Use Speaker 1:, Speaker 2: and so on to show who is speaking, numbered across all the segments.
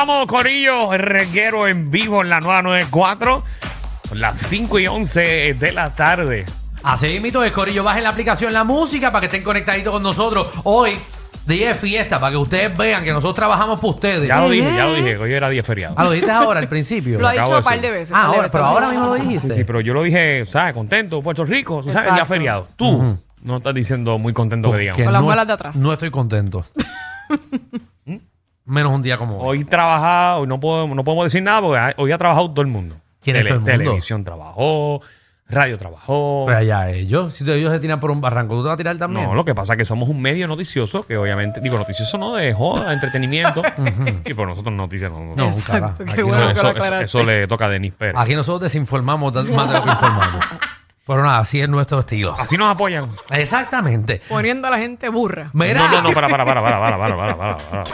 Speaker 1: Vamos, Corillo, el reguero en vivo en la 994, las 5 y 11 de la tarde.
Speaker 2: Así mismo es, Corillo. Bajen la aplicación La Música para que estén conectaditos con nosotros. Hoy, día de fiesta, para que ustedes vean que nosotros trabajamos por ustedes.
Speaker 1: Ya lo dije, ya lo dije, que hoy era día feriado.
Speaker 2: Ah, lo dijiste ahora, al principio.
Speaker 3: Lo ha
Speaker 1: acabo
Speaker 3: dicho
Speaker 1: de
Speaker 3: un par
Speaker 1: decir.
Speaker 3: de veces.
Speaker 2: ah,
Speaker 3: par de
Speaker 2: ahora,
Speaker 3: veces.
Speaker 2: pero ahora mismo lo dijiste.
Speaker 1: Sí, pero yo lo dije, ¿sabes? Contento, Puerto Rico, ¿tú ¿sabes? Ya
Speaker 3: Exacto.
Speaker 1: feriado. Tú no estás diciendo muy contento que digamos.
Speaker 2: Que
Speaker 3: Con las
Speaker 2: no-
Speaker 3: muelas de atrás.
Speaker 2: No estoy contento. Menos un día como hoy.
Speaker 1: ¿Mm? Hoy trabajado, hoy no podemos, no podemos decir nada porque ha- hoy ha trabajado todo el mundo.
Speaker 2: ¿Quién es todo el mundo?
Speaker 1: Televisión trabajó, radio trabajó.
Speaker 2: Pero allá ellos, si ellos se tiran por un barranco, tú te vas a tirar también.
Speaker 1: No, lo que pasa es que somos un medio noticioso, que obviamente, digo, noticioso no de joda, entretenimiento. y por nosotros noticias no. no-
Speaker 2: No,
Speaker 1: eso-
Speaker 3: Exacto,
Speaker 2: carajo.
Speaker 3: qué
Speaker 2: Aquí
Speaker 3: bueno
Speaker 2: no-
Speaker 3: que
Speaker 1: eso,
Speaker 3: lo
Speaker 1: eso-
Speaker 3: aclaraste.
Speaker 1: eso le toca a Denis Pérez.
Speaker 2: Aquí nosotros desinformamos tan- más de lo que informamos. Pero nada, así es nuestro estilo.
Speaker 1: Así nos apoyan.
Speaker 2: Exactamente.
Speaker 3: Poniendo a la gente burra.
Speaker 2: Mira.
Speaker 1: No, no, no, para, para, para, para, para, para, para, para, para.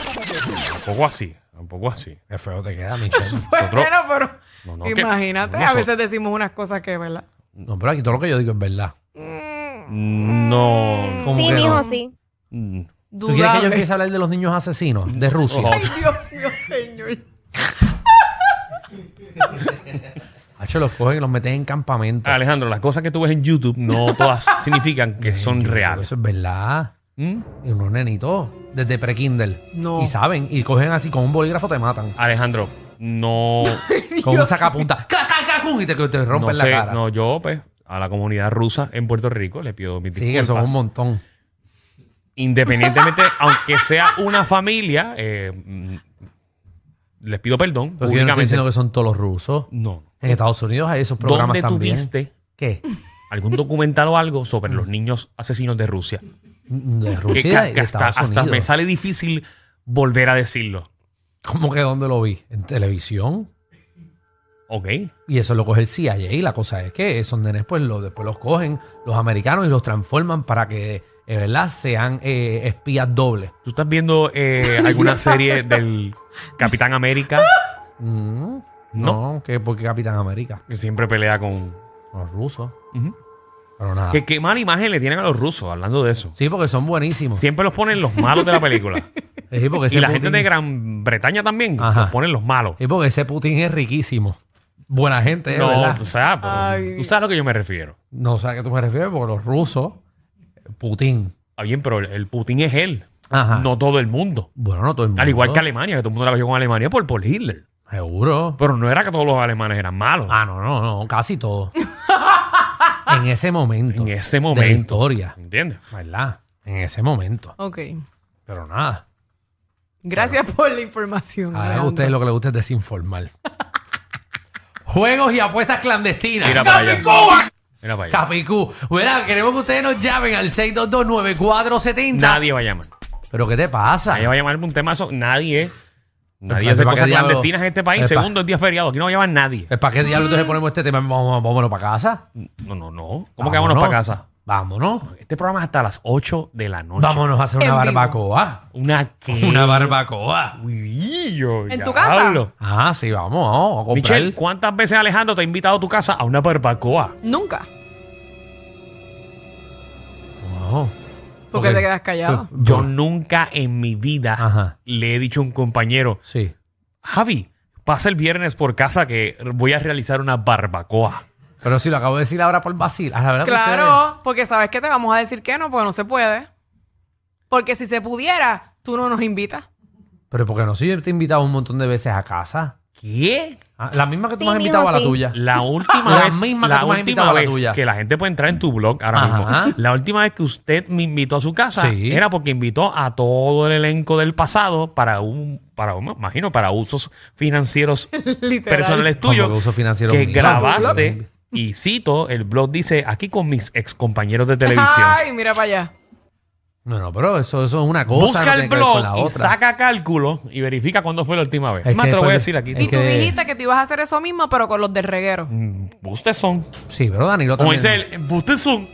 Speaker 1: Tampoco así, tampoco así.
Speaker 2: Qué feo te queda, Michelle.
Speaker 3: Pues
Speaker 1: Nosotros-
Speaker 3: bueno, pero
Speaker 1: No, no, que-
Speaker 3: imagínate, a
Speaker 1: nosotros-
Speaker 3: veces decimos unas cosas que, ¿verdad?
Speaker 2: No, pero aquí todo lo que yo digo es verdad.
Speaker 1: No.
Speaker 2: ¿Cómo que
Speaker 4: Sí,
Speaker 2: no?
Speaker 4: mijo, sí.
Speaker 1: Mm.
Speaker 2: ¿Tú quieres que yo
Speaker 3: Dudable.
Speaker 2: empiece a hablar de los niños asesinos de Rusia?
Speaker 1: Ojo.
Speaker 3: Ay, Dios mío, señor.
Speaker 2: Hacho, los cogen y los meten en campamento.
Speaker 1: Alejandro, las cosas que tú ves en YouTube no todas significan que son
Speaker 2: Yo creo que
Speaker 1: reales.
Speaker 2: Eso es verdad.
Speaker 1: ¿Mm?
Speaker 2: Y unos nenitos desde pre-Kindle.
Speaker 3: No.
Speaker 2: Y saben, y cogen así con un bolígrafo, te matan.
Speaker 1: Alejandro, no.
Speaker 2: Con un sacapunta. ¡Clac, clac, clac! ¡Uh! Y te, te rompen
Speaker 1: no
Speaker 2: la
Speaker 1: sé,
Speaker 2: cara.
Speaker 1: No, yo, pues, a la comunidad rusa en Puerto Rico le pido mis
Speaker 2: sí, que son
Speaker 1: disculpas.
Speaker 2: un montón.
Speaker 1: Independientemente, aunque sea una familia, eh, mm, les pido perdón
Speaker 2: Porque yo no estoy
Speaker 1: públicamente.
Speaker 2: diciendo que son todos los rusos.
Speaker 1: No.
Speaker 2: En Estados Unidos hay esos programas
Speaker 1: ¿Dónde tú
Speaker 2: también.
Speaker 1: viste
Speaker 2: ¿Qué?
Speaker 1: algún documental o algo sobre
Speaker 2: Mm.
Speaker 1: los niños asesinos de Rusia?
Speaker 2: De
Speaker 1: Que
Speaker 2: Rusia
Speaker 1: ca-
Speaker 2: y
Speaker 1: que
Speaker 2: de
Speaker 1: hasta,
Speaker 2: Estados
Speaker 1: hasta me
Speaker 2: Unidos.
Speaker 1: sale difícil volver a decirlo.
Speaker 2: ¿Cómo que dónde lo vi? En televisión.
Speaker 1: ¿Ok?
Speaker 2: Y eso lo coge el CIA. Y la cosa es que esos nenes, pues lo, después los cogen los americanos y los transforman para que, eh, ¿verdad?, sean eh, espías dobles.
Speaker 1: ¿Tú estás viendo eh, alguna serie del Capitán América
Speaker 2: Mm,
Speaker 1: No.
Speaker 2: no, que porque Capitán América,
Speaker 1: que siempre pelea con...
Speaker 2: los rusos.
Speaker 1: Ujú.
Speaker 2: Pero nada.
Speaker 1: Que qué mala imagen le tienen a los rusos hablando de eso.
Speaker 2: Sí, porque son buenísimos. Sí,
Speaker 1: Siempre los ponen los malos de la película.
Speaker 2: porque
Speaker 1: y
Speaker 2: ese
Speaker 1: la
Speaker 2: Putin,
Speaker 1: gente de Gran Bretaña también
Speaker 2: Ajá.
Speaker 1: los ponen los malos.
Speaker 2: sí, porque ese Putin es riquísimo. Buena gente, no,
Speaker 1: No, pues
Speaker 2: ¿verdad?
Speaker 1: o sea, pero
Speaker 3: Ay.
Speaker 1: tú sabes a lo que yo me refiero.
Speaker 2: No sé a qué tú me refieres, porque los rusos, Putin.
Speaker 1: Ah, bien, pero el- el Putin es él,
Speaker 2: Ajá.
Speaker 1: no todo el mundo.
Speaker 2: Bueno, no todo el mundo.
Speaker 1: Al igual que Alemania, que todo el mundo la cogió con Alemania por, por Hitler.
Speaker 2: Seguro.
Speaker 1: Pero no era que todos los alemanes eran malos.
Speaker 2: Ah, no, no, no, casi todo. en ese momento.
Speaker 1: en ese
Speaker 2: De la
Speaker 1: momento.
Speaker 2: historia.
Speaker 1: ¿Entiendes?
Speaker 2: ¿Verdad? En ese momento.
Speaker 3: Ok.
Speaker 2: Pero nada.
Speaker 3: Gracias por la información.
Speaker 2: A ver, a
Speaker 3: Alejandro.
Speaker 2: ustedes Ah, lo que les gusta es desinformar. Juegos y apuestas clandestinas.
Speaker 1: Mira para allá. Mira para allá.
Speaker 2: Capicú. Mira, queremos que ustedes nos llamen al 6229470.
Speaker 1: Nadie va a llamar.
Speaker 2: ¿Pero qué te pasa?
Speaker 1: Nadie va a llamar por un temazo. Nadie. Nadie
Speaker 2: Epa,
Speaker 1: hace
Speaker 2: ¿para
Speaker 1: cosas
Speaker 2: qué diablo?
Speaker 1: clandestinas en este país.
Speaker 2: Epa.
Speaker 1: Segundo, es día feriado. Aquí no va a llamar nadie.
Speaker 2: ¿Pues ¿Para qué diablos entonces ponemos este tema? Vamos- Vámonos para casa.
Speaker 1: No, no, no. ¿Cómo que vámonos para casa?
Speaker 2: Vámonos.
Speaker 1: Este programa es hasta las 8 de la noche.
Speaker 2: Vámonos a hacer
Speaker 3: En
Speaker 2: una
Speaker 3: vivo.
Speaker 2: barbacoa.
Speaker 1: Una que.
Speaker 2: Una barbacoa.
Speaker 1: Uy, yo,
Speaker 3: ¿En tu casa?
Speaker 1: diablo.
Speaker 2: Ah, sí, vamos, vamos a comprar.
Speaker 1: Michelle, ¿cuántas veces Alejandro te ha invitado a tu casa a una barbacoa?
Speaker 3: Nunca.
Speaker 2: No.
Speaker 3: Porque te quedas callado.
Speaker 2: Pues,
Speaker 1: Yo nunca en mi vida
Speaker 2: Ajá.
Speaker 1: le he dicho a un compañero,
Speaker 2: Sí.
Speaker 1: Javi, pasa el viernes por casa que voy a realizar una barbacoa.
Speaker 2: Pero si lo acabo de decir ahora por vacil. Ah, la verdad que ustedes-
Speaker 3: Claro, porque sabes que te vamos a decir que no, porque no se puede. Porque si se pudiera, tú no nos invitas.
Speaker 2: Pero porque no, si yo te he invitado un montón de veces a casa.
Speaker 1: ¿Qué?
Speaker 2: Ah, la misma que tú
Speaker 4: Sí,
Speaker 2: me has
Speaker 4: mismo
Speaker 2: invitado a la
Speaker 4: sí.
Speaker 2: tuya.
Speaker 1: La última
Speaker 2: La
Speaker 1: vez,
Speaker 2: misma que
Speaker 1: la
Speaker 2: tú me has invitado
Speaker 1: última
Speaker 2: a la
Speaker 1: vez
Speaker 2: tuya.
Speaker 1: que la gente puede entrar en tu blog ahora
Speaker 2: Ajá.
Speaker 1: mismo. La última vez que usted me invitó a su casa
Speaker 2: Sí.
Speaker 1: era porque invitó a todo el elenco del pasado para un, para un- me imagino, para usos financieros
Speaker 3: Literal.
Speaker 1: personales
Speaker 2: Como
Speaker 1: tuyos.
Speaker 2: que uso financiero
Speaker 1: que
Speaker 2: mío.
Speaker 1: grabaste y cito, el blog dice aquí con mis ex compañeros de televisión.
Speaker 3: Ay, mira para allá.
Speaker 2: No, no, pero eso, eso es una cosa. no
Speaker 1: Busca el
Speaker 2: tiene que ver con
Speaker 1: blog
Speaker 2: la
Speaker 1: y
Speaker 2: otra.
Speaker 1: saca cálculo y verifica cuándo fue la última vez.
Speaker 2: Es
Speaker 1: Más
Speaker 2: que
Speaker 1: te lo
Speaker 2: después
Speaker 1: voy a
Speaker 2: de-
Speaker 1: decir aquí.
Speaker 2: es
Speaker 3: Y tú
Speaker 2: que-
Speaker 3: dijiste que te ibas a hacer eso mismo, pero con los del reguero.
Speaker 1: Mm, Ustedes son.
Speaker 2: Sí, pero Danilo
Speaker 1: Como
Speaker 2: también.
Speaker 1: dice él, ustedes son.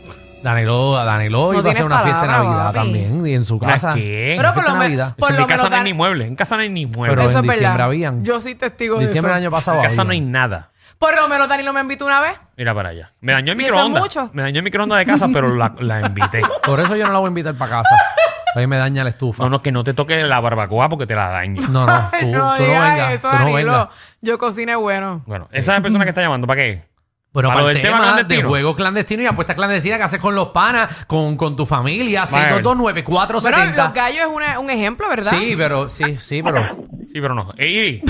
Speaker 2: Danilo, Danilo
Speaker 3: No
Speaker 2: iba a hacer
Speaker 3: tienes
Speaker 2: una fiesta de
Speaker 3: palabra,
Speaker 2: Navidad
Speaker 3: papi.
Speaker 2: también. Y en su
Speaker 1: ¿Una
Speaker 2: casa.
Speaker 1: qué?
Speaker 2: Una
Speaker 3: Pero por
Speaker 2: fiesta de
Speaker 3: lo me-
Speaker 2: Navidad.
Speaker 3: por-
Speaker 1: en mi
Speaker 3: lo
Speaker 1: casa
Speaker 3: menos
Speaker 1: no hay
Speaker 3: dar-
Speaker 1: ni muebles. En casa no hay ni
Speaker 2: Pero
Speaker 1: muebles.
Speaker 3: eso
Speaker 2: en
Speaker 3: es
Speaker 2: diciembre
Speaker 3: verdad.
Speaker 2: habían.
Speaker 3: Yo soy testigo
Speaker 2: En
Speaker 3: de
Speaker 2: diciembre
Speaker 3: eso.
Speaker 2: del año
Speaker 1: En
Speaker 2: pasado.
Speaker 1: casa no hay
Speaker 2: había.
Speaker 1: nada.
Speaker 3: Por lo menos Danilo me invitó una vez.
Speaker 1: Mira para allá. Me dañó el
Speaker 3: Y eso es mucho.
Speaker 1: microondas. Me dañó el microondas de casa, pero la, la invité.
Speaker 2: Por eso yo no la voy a invitar para casa. A mí me daña la estufa.
Speaker 1: No, no, que no te toque la barbacoa porque te la daño.
Speaker 2: No, no,
Speaker 3: Ay,
Speaker 2: tú,
Speaker 3: no
Speaker 2: tú no
Speaker 3: digas
Speaker 2: vengas.
Speaker 3: eso,
Speaker 2: tú no
Speaker 3: Danilo.
Speaker 2: vengas.
Speaker 3: Yo cociné bueno.
Speaker 1: Bueno, esa es la persona que está llamando, ¿para qué?
Speaker 2: Pero
Speaker 1: Para
Speaker 2: para,
Speaker 1: lo
Speaker 2: el
Speaker 1: del tema
Speaker 2: tema de
Speaker 1: clandestino.
Speaker 2: juegos clandestinos y apuestas clandestinas que haces con los panas, con, con tu familia,
Speaker 1: Vale.
Speaker 2: 6229470.
Speaker 3: Bueno, los gallos es una- un ejemplo, ¿verdad?
Speaker 2: sí, pero, sí, sí, pero. Ay,
Speaker 1: Sí, pero no. Eh, Iri,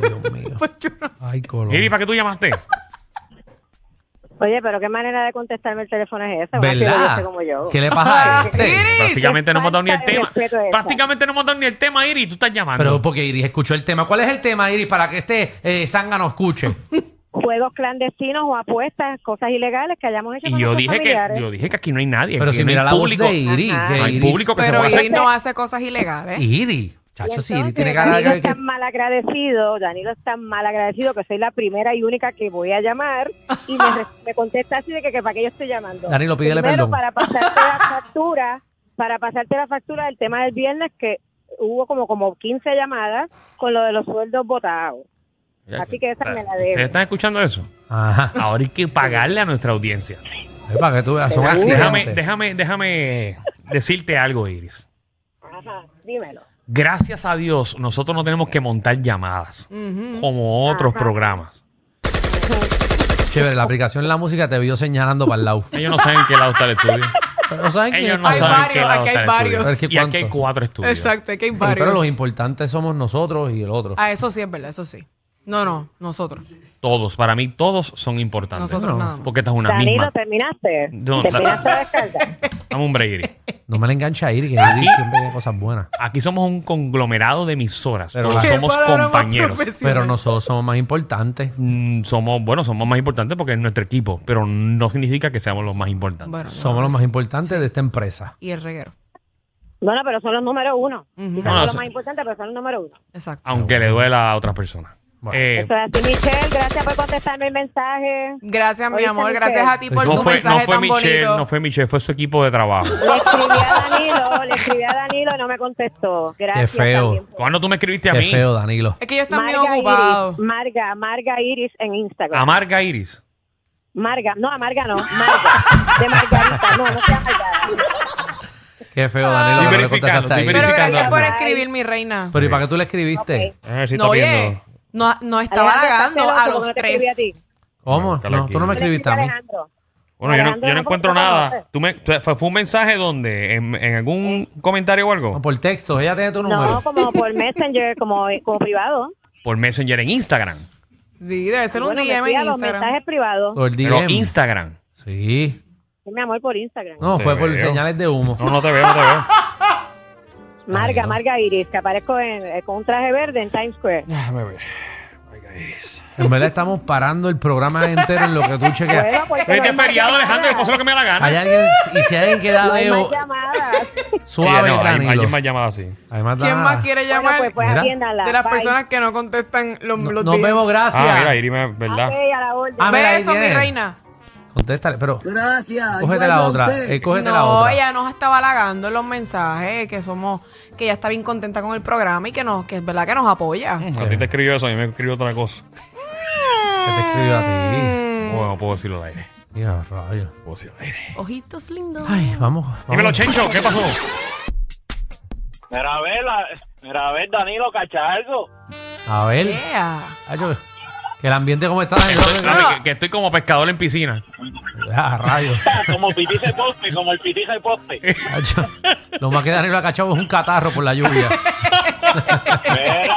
Speaker 2: Dios mío.
Speaker 3: Pues yo no sé.
Speaker 2: Ay, Colón.
Speaker 1: Iri, ¿para qué tú llamaste?
Speaker 4: Oye, pero qué manera de contestarme el teléfono es esa. Una
Speaker 2: ¿Verdad?
Speaker 4: filosa como yo.
Speaker 2: ¿Qué le pasa a este?
Speaker 3: Iri.
Speaker 1: Prácticamente no hemos dado ni el
Speaker 4: falta de
Speaker 1: tema.
Speaker 4: respeto esa.
Speaker 1: Prácticamente no hemos dado ni el tema, Iri, tú estás llamando.
Speaker 2: Pero porque Iris escuchó el tema. ¿Cuál es el tema, Iris, para que este eh, zángano escuche?
Speaker 4: Juegos clandestinos o apuestas, cosas ilegales que hayamos hecho
Speaker 1: y
Speaker 4: con
Speaker 1: yo
Speaker 4: nuestros
Speaker 1: dije, que,
Speaker 4: familiares.
Speaker 1: yo dije que aquí no hay nadie.
Speaker 2: Pero
Speaker 1: aquí
Speaker 2: si
Speaker 1: no hay
Speaker 2: mira la voz
Speaker 1: público.
Speaker 2: de Iris.
Speaker 4: Ajá.
Speaker 2: que
Speaker 1: No hay
Speaker 2: Iris- ¿Eh?
Speaker 1: público que se
Speaker 3: Pero
Speaker 1: puede hacer.
Speaker 3: Iri no hace cosas ilegales.
Speaker 2: Iris.
Speaker 4: Y
Speaker 2: Chacho, sí,
Speaker 4: entonces,
Speaker 2: Iris tiene cara
Speaker 4: Danilo
Speaker 2: de
Speaker 4: es
Speaker 2: que-
Speaker 4: tan mal agradecido, Danilo es tan mal agradecido que soy la primera y única que voy a llamar y me, re- me contesta así de que, que para qué yo estoy llamando.
Speaker 2: Danilo, pídele perdón.
Speaker 4: Primero, para pasarte la factura, para pasarte la factura del tema del viernes que hubo como como 15 llamadas con lo de los sueldos botados. Así que esa me la debo.
Speaker 1: ¿Ustedes están escuchando eso?
Speaker 2: Ajá.
Speaker 1: Ahora hay que pagarle a nuestra audiencia.
Speaker 2: Es para que tú veas, son
Speaker 4: Uy,
Speaker 2: accidentes.
Speaker 1: Déjame, déjame, déjame decirte algo, Iris.
Speaker 4: Ajá, dímelo.
Speaker 1: Gracias a Dios, nosotros no tenemos que montar llamadas
Speaker 3: Ujú.
Speaker 1: como otros
Speaker 4: Ajá.
Speaker 1: programas.
Speaker 2: Chévere, la aplicación La Música te vio señalando para el lado.
Speaker 1: Ellos no saben en qué lado está el estudio.
Speaker 2: Pero ¿saben qué
Speaker 1: Ellos no
Speaker 2: pasa?
Speaker 1: saben
Speaker 3: Hay
Speaker 1: en qué
Speaker 3: varios,
Speaker 1: lado
Speaker 3: aquí hay
Speaker 1: está el estudio.
Speaker 3: varios.
Speaker 2: Pero es que
Speaker 1: Y aquí hay
Speaker 2: ¿cuánto?
Speaker 1: cuatro estudios.
Speaker 3: Exacto, hay que hay
Speaker 2: Sí, Pero
Speaker 3: varios.
Speaker 2: los importantes somos nosotros y el otro.
Speaker 3: Ah, eso sí es verdad, eso sí. No, no, nosotros.
Speaker 1: Todos, para mí todos son importantes.
Speaker 3: Nosotros
Speaker 2: no.
Speaker 3: nada más.
Speaker 1: Porque esta es una
Speaker 4: Danilo,
Speaker 1: misma.
Speaker 4: ¿terminaste?
Speaker 1: No,
Speaker 4: ¿Terminaste la descarga?
Speaker 1: Dame un break, Iris.
Speaker 2: No me la engancha a Iris, que
Speaker 1: Ah,
Speaker 2: Iris siempre tiene cosas buenas.
Speaker 1: Aquí somos un conglomerado de emisoras.
Speaker 2: Pero-
Speaker 1: todos
Speaker 2: Qué
Speaker 1: somos
Speaker 3: palabra más
Speaker 1: compañeros.
Speaker 3: profesional.
Speaker 2: Pero nosotros somos más importantes.
Speaker 1: Mm, somos, bueno, somos más importantes porque es nuestro equipo, pero no significa que seamos los más importantes.
Speaker 3: Bueno,
Speaker 2: Somos
Speaker 3: no,
Speaker 2: los más
Speaker 3: sí.
Speaker 2: importantes de esta empresa.
Speaker 3: Y el reguero.
Speaker 4: No, no, pero son los número uno.
Speaker 3: Ujú.
Speaker 4: Quizás
Speaker 1: No,
Speaker 4: no
Speaker 1: no,
Speaker 4: los
Speaker 1: sí.
Speaker 4: más importantes, pero son los número uno.
Speaker 3: Exacto.
Speaker 1: Aunque le duela a otras personas.
Speaker 2: Bueno.
Speaker 1: Eh,
Speaker 4: Eso es así, Michelle. Gracias por contestarme el mensaje.
Speaker 3: Gracias, mi
Speaker 4: Oíste,
Speaker 3: amor.
Speaker 4: Michelle.
Speaker 3: Gracias a ti por
Speaker 1: no
Speaker 3: tu
Speaker 1: fue,
Speaker 3: mensaje
Speaker 1: no fue
Speaker 3: tan
Speaker 1: Michelle,
Speaker 3: bonito.
Speaker 1: no fue Michelle, fue su equipo de trabajo.
Speaker 4: Le escribí a Danilo, le escribí a Danilo y no me contestó. Gracias.
Speaker 2: Qué feo.
Speaker 4: también.
Speaker 1: Cuando tú me escribiste a
Speaker 2: Qué
Speaker 1: mí,
Speaker 2: feo, Danilo.
Speaker 3: Es que yo están muy
Speaker 4: Marga
Speaker 3: ocupados.
Speaker 4: Iris, Marga, Marga Iris en Instagram.
Speaker 1: a Marga Iris.
Speaker 4: Marga, no, a Marga no, Marga. De Margarita, no, no sea Margarita.
Speaker 2: Qué
Speaker 1: Ah.
Speaker 2: feo, Danilo, que no le
Speaker 1: verificando,
Speaker 2: contestaste a
Speaker 1: estoy
Speaker 2: Iris.
Speaker 3: Pero gracias
Speaker 1: verificando.
Speaker 3: por escribir, mi reina.
Speaker 2: Pero ¿y para qué tú le escribiste?
Speaker 1: A ver si
Speaker 3: No,
Speaker 1: Pues, está
Speaker 3: oye,
Speaker 1: viendo.
Speaker 3: no, no estaba halagando a los tres.
Speaker 2: ¿Cómo?
Speaker 1: Nunca le
Speaker 2: No, tú no me
Speaker 1: escribí.
Speaker 2: escribiste a mí.
Speaker 1: Bueno, yo no, yo no
Speaker 4: Alejandro,
Speaker 1: encuentro
Speaker 4: ¿cómo te
Speaker 1: nada.
Speaker 4: conoces?
Speaker 1: Tú me, tú- fue, fue un mensaje donde, en, en algún comentario o
Speaker 2: No,
Speaker 1: algo,
Speaker 2: por texto, ella tiene tu número.
Speaker 4: No, como por Messenger, como, como privado.
Speaker 1: por Messenger en Instagram.
Speaker 3: Sí, debe ser un
Speaker 4: Bueno, me
Speaker 3: DM
Speaker 4: envía
Speaker 3: en
Speaker 4: los
Speaker 3: Instagram.
Speaker 4: mensajes privados.
Speaker 2: Por
Speaker 1: Pero
Speaker 2: DM.
Speaker 1: Instagram.
Speaker 2: Sí.
Speaker 4: Sí, mi amor, por Instagram.
Speaker 2: No,
Speaker 1: Te
Speaker 2: fue por
Speaker 1: veo.
Speaker 2: señales de humo.
Speaker 1: No, no te veo, no te veo.
Speaker 4: Marga,
Speaker 2: Ay, no.
Speaker 4: Marga Iris, que aparezco en- eh, con un traje verde en Times Square.
Speaker 1: Déjame ver. Marga Iris.
Speaker 2: En verdad estamos parando el programa entero en lo que tú chequeas.
Speaker 4: Bueno, porque
Speaker 1: Este
Speaker 4: pues, no hay
Speaker 1: feriado,
Speaker 4: más
Speaker 1: Alejandro, yo
Speaker 4: llamadas.
Speaker 1: paso lo que me da la gana.
Speaker 2: Hay alguien, y si alguien queda
Speaker 4: No hay
Speaker 2: de
Speaker 4: más llamadas.
Speaker 2: suave,
Speaker 1: Sí, no, hay,
Speaker 2: Danilo.
Speaker 1: hay más llamadas así.
Speaker 2: Hay más
Speaker 3: ¿Quién
Speaker 2: llamadas.
Speaker 3: más quiere
Speaker 4: Bueno,
Speaker 3: llamar
Speaker 4: pues, pues
Speaker 2: Mira.
Speaker 4: atiéndala.
Speaker 3: de las
Speaker 4: Bye.
Speaker 3: personas que no contestan los,
Speaker 2: No-
Speaker 3: los
Speaker 2: Nos
Speaker 3: DMs?
Speaker 2: vemos,
Speaker 1: Ah, mira,
Speaker 2: gracias.
Speaker 1: Iris, me- ¿verdad?
Speaker 4: Ok, a la orden.
Speaker 2: Ah, mira, ahí
Speaker 3: Besos, mi
Speaker 2: viene.
Speaker 3: reina.
Speaker 2: Contéstale, pero
Speaker 5: Gracias.
Speaker 2: cógete la otra. eh, cógete la
Speaker 3: No,
Speaker 2: otra.
Speaker 3: ella nos estaba halagando en los mensajes, que somos, que ella está bien contenta con el programa y que nos, que es verdad que nos apoya.
Speaker 1: A ti te escribió eso, a mí me escribió otra cosa.
Speaker 2: Que te escribió a ti.
Speaker 3: Mm.
Speaker 1: Bueno, puedo decirlo al aire.
Speaker 2: Dios, rayos.
Speaker 1: Puedo decirlo al aire.
Speaker 3: Ojitos lindos.
Speaker 2: Ay, vamos. vamos.
Speaker 1: Dímelo, Chencho, ¿qué pasó?
Speaker 6: Mira, a ver, la- mira, a ver, Danilo, cacha algo.
Speaker 2: A ver.
Speaker 3: Yeah.
Speaker 2: Acho, que el ambiente como está. Danilo?
Speaker 1: Espérate, que, que estoy como pescador en piscina.
Speaker 2: Ah, rayos.
Speaker 6: Como pitiza y poste, como el pitiza y poste.
Speaker 2: Acho, Lo más que Danilo ha cachado es un catarro por la lluvia.
Speaker 6: Mira,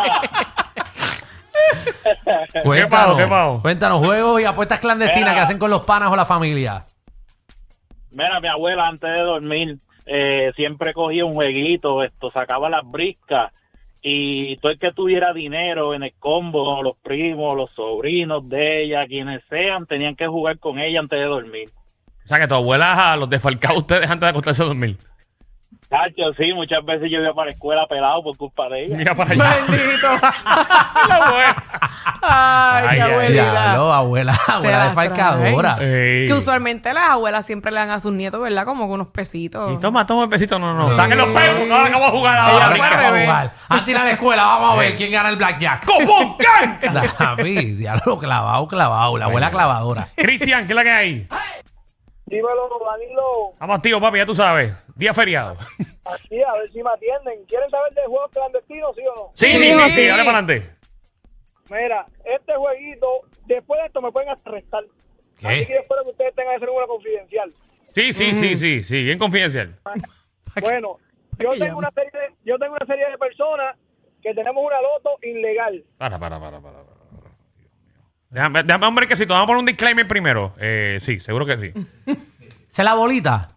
Speaker 2: Cuéntanos,
Speaker 1: qué pavo?
Speaker 2: cuéntanos juegos y apuestas clandestinas
Speaker 6: Mira.
Speaker 2: que hacen con los panas o la familia.
Speaker 6: mira, mi abuela antes de dormir eh, siempre cogía un jueguito, esto, sacaba las briscas y todo el que tuviera dinero en el combo, los primos, los sobrinos de ella, quienes sean, tenían que jugar con ella antes de dormir.
Speaker 1: O sea, que tu abuela a los desfalcaba a ustedes antes de acostarse a dormir.
Speaker 6: Tacho, sí, muchas veces yo iba para la escuela pelado por culpa de ella.
Speaker 1: Mira para allá.
Speaker 3: Bendito.
Speaker 1: la abuela.
Speaker 3: Ay,
Speaker 1: Ay,
Speaker 3: qué
Speaker 1: ay, Eh,
Speaker 3: abuelita.
Speaker 2: Diablo, abuela, abuela
Speaker 3: las
Speaker 2: desfalcadora.
Speaker 1: Ey.
Speaker 3: Que usualmente las abuelas siempre le dan a sus nietos, ¿verdad? Como con unos pesitos.
Speaker 1: Y toma, toma el besito. No, no. Saquen los pesos. Ahora que vamos a jugar
Speaker 2: Ah,
Speaker 3: Ella
Speaker 1: ahora.
Speaker 3: fue al
Speaker 1: Venga.
Speaker 3: revés.
Speaker 2: A tirar la escuela, vamos a ver quién gana el blackjack.
Speaker 1: ¡Copón, can!
Speaker 2: David, diablo, clavado, clavado. La abuela clavadora.
Speaker 1: Cristian, ¿qué es la que hay?
Speaker 5: Dímelo, Danilo.
Speaker 1: Vamos, tío, papi, ya tú sabes. Día feriado.
Speaker 5: Aquí, a ver si me atienden. ¿Quieren saber de juegos clandestinos, sí o no?
Speaker 1: Sí, sí,
Speaker 3: sí.
Speaker 1: sí, sí, dale para adelante.
Speaker 5: Mira, este jueguito, después de esto me pueden hasta arrestar.
Speaker 2: ¿Qué?
Speaker 5: Así que yo espero que ustedes tengan ese número confidencial.
Speaker 1: Sí, sí, sí, sí, sí, bien confidencial.
Speaker 5: Bueno, yo
Speaker 3: Ay,
Speaker 5: tengo, una serie de, yo tengo una serie de personas que tenemos una loto ilegal.
Speaker 1: Para, para, para, para. para. Déjame, déjame un brequecito. Vamos a poner un disclaimer primero. Eh, sí, seguro que sí.
Speaker 2: ¿Se la bolita?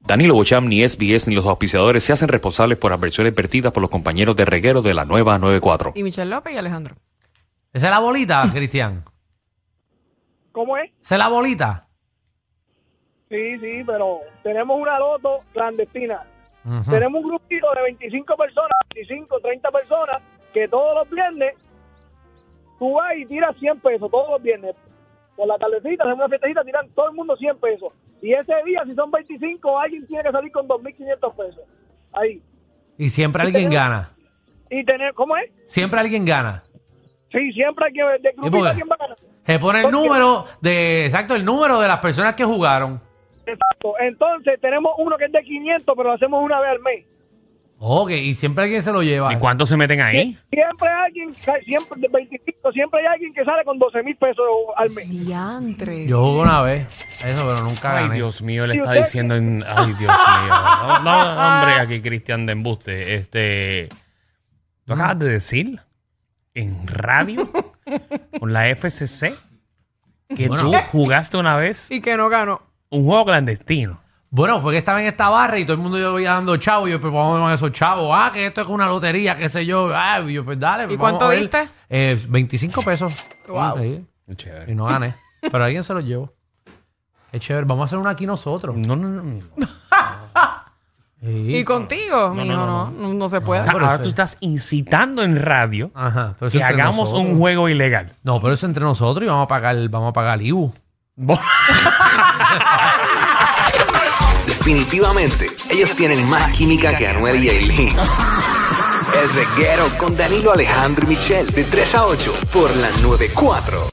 Speaker 7: Danilo Bocham, ni SBS, ni los auspiciadores se hacen responsables por adversiones vertidas por los compañeros de reguero de la nueva 94.
Speaker 3: Y Michelle López y Alejandro.
Speaker 2: ¿Esa es la bolita, Cristian?
Speaker 5: ¿Cómo es?
Speaker 2: ¿Esa es la bolita?
Speaker 5: Sí, sí, pero tenemos una loto clandestina.
Speaker 2: Ujú.
Speaker 5: Tenemos un grupito de 25 personas, 25, 30 personas, que todos los viernes tú vas y tiras 100 pesos, todos los viernes. Por la tardecita, hacemos una fiestecita, tiran todo el mundo 100 pesos. Y ese día, si son 25, alguien tiene que salir con 2.500 pesos. Ahí.
Speaker 2: Y siempre alguien gana.
Speaker 5: Y tener, ¿cómo es?
Speaker 2: Siempre alguien gana.
Speaker 5: Sí, siempre hay que ver, de grupito
Speaker 2: por qué?
Speaker 5: alguien va a ganar.
Speaker 2: Se pone el
Speaker 5: ¿Por qué?
Speaker 2: número de, exacto, el número de las personas que jugaron.
Speaker 5: Exacto. Entonces, tenemos uno que es de 500, pero lo hacemos una vez al mes.
Speaker 2: Ok, y siempre alguien se lo lleva.
Speaker 1: ¿Y cuántos se meten ahí?
Speaker 5: Siempre hay alguien, siempre, de 25, siempre hay alguien que sale con 12.000 pesos al mes.
Speaker 3: Diantre.
Speaker 2: Yo jugué una vez. Eso, pero nunca
Speaker 1: Ay,
Speaker 2: gané.
Speaker 1: Dios mío, le
Speaker 5: ¿Y
Speaker 1: está
Speaker 5: usted?
Speaker 1: diciendo en... Ay, Dios mío. No, no, hombre, aquí Cristian de embuste. Este... ¿Tú acabas de decir en radio con la FCC que
Speaker 2: Bueno.
Speaker 1: tú jugaste una vez
Speaker 3: Y que no ganó.
Speaker 1: un juego clandestino?
Speaker 2: Bueno, fue que estaba en esta barra y todo el mundo yo veía dando chavo. Y yo, pero vamos a ver esos chavos. Ah, que esto es una lotería, qué sé yo. Ah, y yo, pues dale. pues, vamos
Speaker 3: cuánto
Speaker 2: a ver.
Speaker 3: diste?
Speaker 2: Eh, 25 pesos.
Speaker 3: Wow.
Speaker 2: Sí,
Speaker 1: Chévere.
Speaker 2: Y no gané. pero alguien se los llevó. Qué chévere. Vamos a hacer una aquí nosotros.
Speaker 1: No, no, no. no.
Speaker 2: Sí.
Speaker 3: Y contigo,
Speaker 1: no,
Speaker 3: mijo, no,
Speaker 1: no,
Speaker 3: no, no se puede.
Speaker 2: Ah, pero
Speaker 1: Ahora
Speaker 2: eso
Speaker 1: tú
Speaker 2: es-
Speaker 1: estás incitando en radio
Speaker 2: Ajá. Pero eso
Speaker 1: que
Speaker 2: entre
Speaker 1: hagamos
Speaker 2: nosotros.
Speaker 1: un juego ilegal.
Speaker 2: No, pero eso entre nosotros y vamos a pagar, vamos a pagar el IBU.
Speaker 1: Bo-
Speaker 8: Definitivamente, ellos tienen más química que Anuel y Aileen. El reguero con Danilo Alejandro y Michel, de 3 a 8, por la 94.